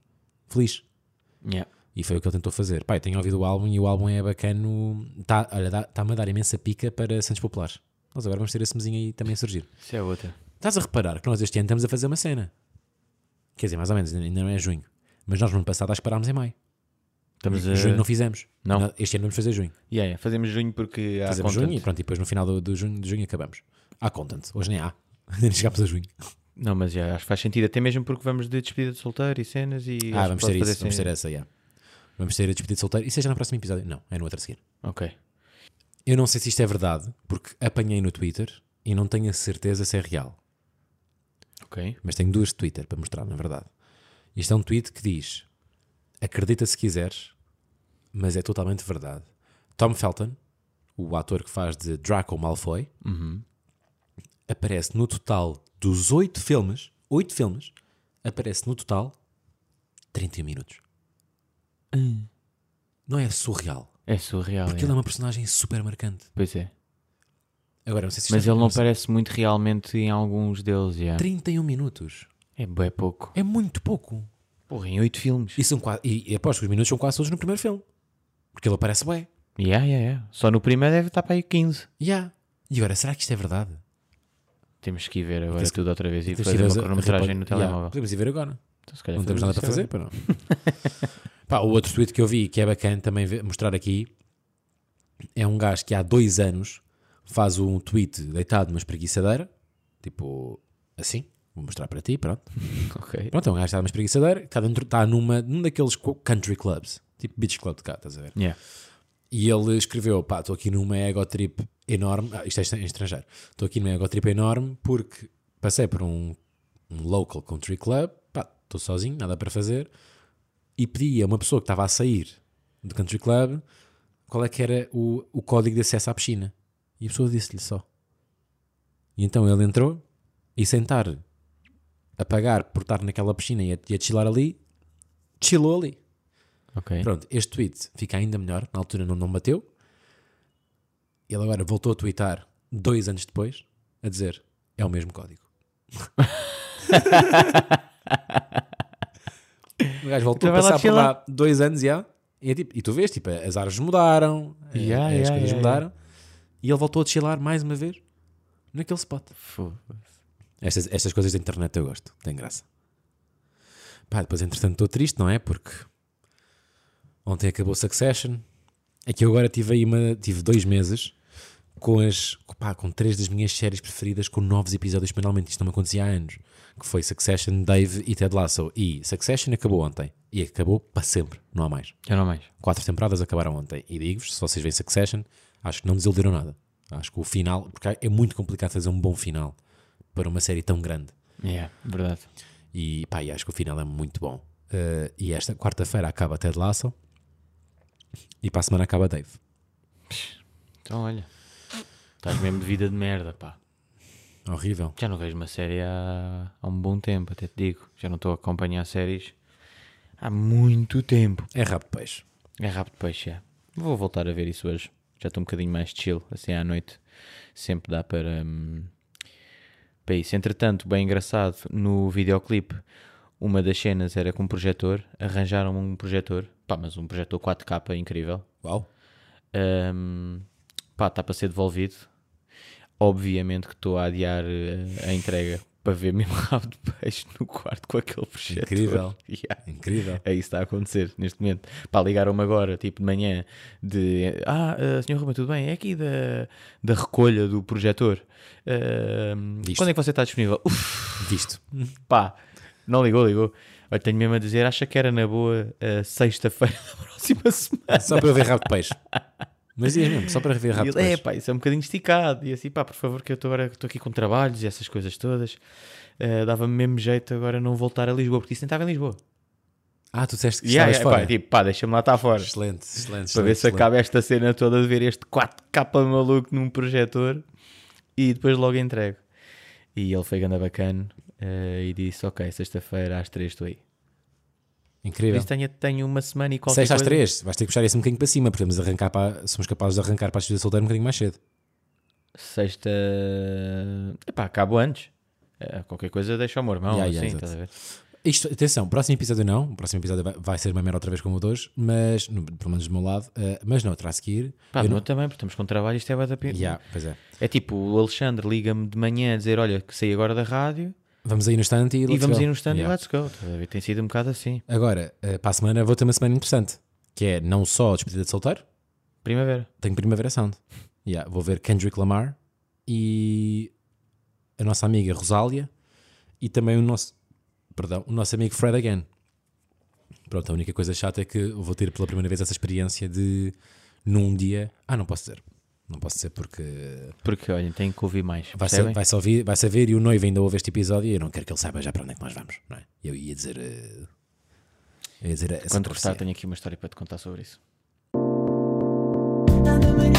Speaker 1: feliz.
Speaker 2: Yeah.
Speaker 1: E foi o que ele tentou fazer. Pai, tenho ouvido o álbum e o álbum é bacano. Tá, olha, dá- está-me a dar imensa pica para Santos Populares. Nós agora vamos ter esse mesinho aí também a surgir.
Speaker 2: Isso é outra.
Speaker 1: Estás a reparar que nós este ano estamos a fazer uma cena. Quer dizer, mais ou menos, ainda não é junho. Mas nós no ano passado acho que parámos em maio.
Speaker 2: Estamos a.
Speaker 1: Junho não fizemos.
Speaker 2: Não.
Speaker 1: Este ano vamos fazer junho.
Speaker 2: Yeah, eh, yeah. Fazemos junho porque há
Speaker 1: Fazemos junho e
Speaker 2: content.
Speaker 1: pronto, e depois no final do, do junho, de junho acabamos. Há content. Hoje nem há. Nem chegámos a junho.
Speaker 2: Não, mas já acho que faz sentido, até mesmo porque vamos de despedida de solteiro e cenas e. acho
Speaker 1: ah,
Speaker 2: que
Speaker 1: vamos
Speaker 2: pode
Speaker 1: ter
Speaker 2: fazer
Speaker 1: isso. Vamos ter
Speaker 2: cenas.
Speaker 1: essa, já. Vamos ter a despedida de solteiro. Isso é já no próximo episódio? Não, é no outro a seguir.
Speaker 2: Ok.
Speaker 1: Eu não sei se isto é verdade, porque apanhei no Twitter e não tenho a certeza se é real.
Speaker 2: Ok.
Speaker 1: Mas tenho duas de Twitter para mostrar, na verdade. Isto é um tweet que diz: Acredita se quiseres, mas é totalmente verdade. Tom Felton, o ator que faz de Draco Malfoy,
Speaker 2: Uhum.
Speaker 1: aparece no total dos oito filmes, oito filmes, aparece no total 31 minutos. Não é surreal.
Speaker 2: Hum. É surreal.
Speaker 1: Porque ele é uma personagem super marcante.
Speaker 2: Pois é.
Speaker 1: Agora, não sei se
Speaker 2: Mas
Speaker 1: isto é-
Speaker 2: ele não
Speaker 1: sei-
Speaker 2: parece muito realmente em alguns deles. já.
Speaker 1: 31 minutos.
Speaker 2: É bem pouco.
Speaker 1: É muito pouco.
Speaker 2: Porra, em oito filmes.
Speaker 1: E, são quase, e, e aposto que os minutos são quase todos no primeiro filme. Porque ele aparece bem.
Speaker 2: Yeah, yeah, yeah. Só no primeiro deve estar para aí 15.
Speaker 1: Yeah. E agora, será que isto é verdade?
Speaker 2: Temos que ir ver agora
Speaker 1: Tens-
Speaker 2: tudo outra vez e
Speaker 1: Temos
Speaker 2: fazer
Speaker 1: que ir
Speaker 2: uma
Speaker 1: ver-
Speaker 2: cronometragem
Speaker 1: repara-
Speaker 2: no
Speaker 1: yeah,
Speaker 2: telemóvel.
Speaker 1: Podemos ir ver agora.
Speaker 2: Então, se calhar
Speaker 1: Não temos
Speaker 2: fazemos
Speaker 1: nada para fazer,
Speaker 2: isso
Speaker 1: para não. Pá, o outro tweet que eu vi, que é bacana também ver- mostrar aqui, é um gajo que há dois anos faz um tweet deitado numa espreguiçadeira, tipo assim, vou mostrar para ti, pronto.
Speaker 2: agora. Ok.
Speaker 1: Pronto, é um gajo que está numa espreguiçadeira, que está, dentro, está numa, num daqueles co- country clubs, tipo beach club de cá, estás a ver?
Speaker 2: Yeah.
Speaker 1: E ele escreveu: pá, estou aqui numa ego trip é enorme. Ah, isto é em estrangeiro. Estou aqui numa ego trip enorme porque passei por um, um local country club, pá, estou sozinho, nada para fazer, e pedi a uma pessoa que estava a sair do country club qual é que era o, o código de acesso à piscina. E a pessoa disse-lhe só. E então ele entrou e sentar a pagar por estar naquela piscina e a, e a chilar ali, chilou ali.
Speaker 2: Ok.
Speaker 1: Pronto, este tweet fica ainda melhor. Na altura não, não bateu. Ele agora voltou a tweetar dois anos depois a dizer é o mesmo código. o gajo voltou
Speaker 2: Então
Speaker 1: a
Speaker 2: vai lá
Speaker 1: passar por
Speaker 2: chilar.
Speaker 1: lá dois anos já. E, é tipo, e tu vês, tipo, as árvores mudaram, eh,
Speaker 2: Yeah,
Speaker 1: as
Speaker 2: yeah,
Speaker 1: coisas
Speaker 2: yeah,
Speaker 1: mudaram. E ele voltou a desfilar mais uma vez naquele spot.
Speaker 2: Foda-se.
Speaker 1: Estas, estas coisas da internet eu gosto, tem graça. Pá, depois entretanto estou triste, não é? Porque ontem acabou Succession. É que eu agora tive aí uma, tive dois meses com as, pá, com três das minhas séries preferidas com novos episódios penalmente. Isto não me acontecia há anos. Que foi Succession, Dave e Ted Lasso. E Succession acabou ontem. E acabou para sempre, não há mais.
Speaker 2: Já não mais.
Speaker 1: Quatro temporadas acabaram ontem. E digo-vos, se vocês veem Succession, acho que não desiludiram nada. Acho que o final, porque é muito complicado fazer um bom final para uma série tão grande.
Speaker 2: Yeah, verdade.
Speaker 1: E pá, e acho que o final é muito bom. Eh, e esta quarta-feira acaba Ted Lasso e para a semana acaba Dave.
Speaker 2: Então olha. Estás mesmo de vida de merda, pá.
Speaker 1: Horrível.
Speaker 2: Já não vejo uma série há, há um bom tempo, até te digo. Já não estou a acompanhar séries há muito tempo.
Speaker 1: É rabo de peixe.
Speaker 2: É rápido peixe, é. Vou voltar a ver isso hoje. Já estou um bocadinho mais chill, assim à noite. Sempre dá para, hum, para isso. Entretanto, bem engraçado, no videoclipe, uma das cenas era com um projetor. Arranjaram um projetor, pá, mas um projetor 4K incrível.
Speaker 1: Uau.
Speaker 2: Hum, pá, está para ser devolvido. Obviamente que estou a adiar eh, a entrega para ver mesmo rabo de peixe no quarto com aquele projetor.
Speaker 1: Incrível.
Speaker 2: Yeah.
Speaker 1: Incrível.
Speaker 2: É isso que está a acontecer neste momento. Pá, ligaram-me agora, tipo de manhã, de Ah, eh, senhor Rubem, tudo bem? É aqui da, da recolha do projetor. Eh,
Speaker 1: Visto.
Speaker 2: quando é que você está disponível? Uf,
Speaker 1: Visto.
Speaker 2: pá, não ligou, ligou. Olha, tenho mesmo a dizer, acha que era na boa eh, sexta-feira da próxima semana.
Speaker 1: Só para eu ver rabo de peixe. Mas dias mesmo, só para ver
Speaker 2: E
Speaker 1: rabo de
Speaker 2: ele, é
Speaker 1: peixe.
Speaker 2: pá, isso é um bocadinho esticado. E assim, pá, por favor, que eu estou agora estou aqui com trabalhos e essas coisas todas. Eh, Dava-me mesmo jeito agora não voltar a Lisboa, porque isso nem estava em Lisboa.
Speaker 1: Ah, tu disseste que
Speaker 2: Yeah,
Speaker 1: estavas
Speaker 2: yeah,
Speaker 1: fora.
Speaker 2: pá, tipo, pá, deixa-me lá estar fora.
Speaker 1: Excelente, excelente.
Speaker 2: para ver
Speaker 1: excelente,
Speaker 2: se acaba esta cena toda de ver este 4K maluco num projetor e depois logo entrego. E ele foi ganda bacana eh, e disse: Ok, sexta-feira às três estou aí.
Speaker 1: excelente.
Speaker 2: Por
Speaker 1: Incrível.
Speaker 2: isso tenho, tenho uma semana e qualquer
Speaker 1: Sexta às
Speaker 2: coisa.
Speaker 1: três, vais ter que puxar isso um bocadinho para cima, porque vamos arrancar para, somos capazes de arrancar para a despedida solteira um bocadinho mais cedo.
Speaker 2: Sexta. Epá, acabo antes. Eh, qualquer coisa deixa ao meu irmão.
Speaker 1: Yeah,
Speaker 2: assim,
Speaker 1: yeah,
Speaker 2: estás a ver?
Speaker 1: Isto, atenção, próximo episódio não, o próximo episódio vai, vai ser uma mera outra vez como o dois, mas, no- pelo menos do meu lado, eh, mas não, terá a seguir.
Speaker 2: Pá,
Speaker 1: eu
Speaker 2: meu também, porque estamos com trabalho. Isto é bué da pena.
Speaker 1: Yeah, pois é.
Speaker 2: É tipo, o Alexandre liga-me de manhã a dizer: Olha, que saí agora da rádio
Speaker 1: Vamos aí no estante e,
Speaker 2: e
Speaker 1: let's
Speaker 2: vamos
Speaker 1: go.
Speaker 2: ir no stand
Speaker 1: Yeah.
Speaker 2: e let's go. Estás a ver? Tem sido um bocado assim.
Speaker 1: Agora, eh, para a semana vou ter uma semana interessante, que é não só a despedida de solteiro,
Speaker 2: Primavera.
Speaker 1: tenho Primavera Sound. Yeah, vou ver Kendrick Lamar e a nossa amiga Rosália e também o nosso, perdão, o nosso amigo Fred Again. Pronto, a única coisa chata é que eu vou ter pela primeira vez essa experiência de num dia. Ah, não posso dizer. Não posso dizer porque
Speaker 2: Porque, olhem, tem que ouvir mais.
Speaker 1: vai
Speaker 2: percebem?
Speaker 1: saber, vai, ouvir, vai saber e o noivo ainda ouve este episódio e eu não quero que ele saiba já para onde é que nós vamos, não é? Eu ia dizer. eh, Eu ia dizer essa
Speaker 2: Quando gostar,
Speaker 1: profecia.
Speaker 2: tenho aqui uma história para te contar sobre isso.
Speaker 3: Tanto me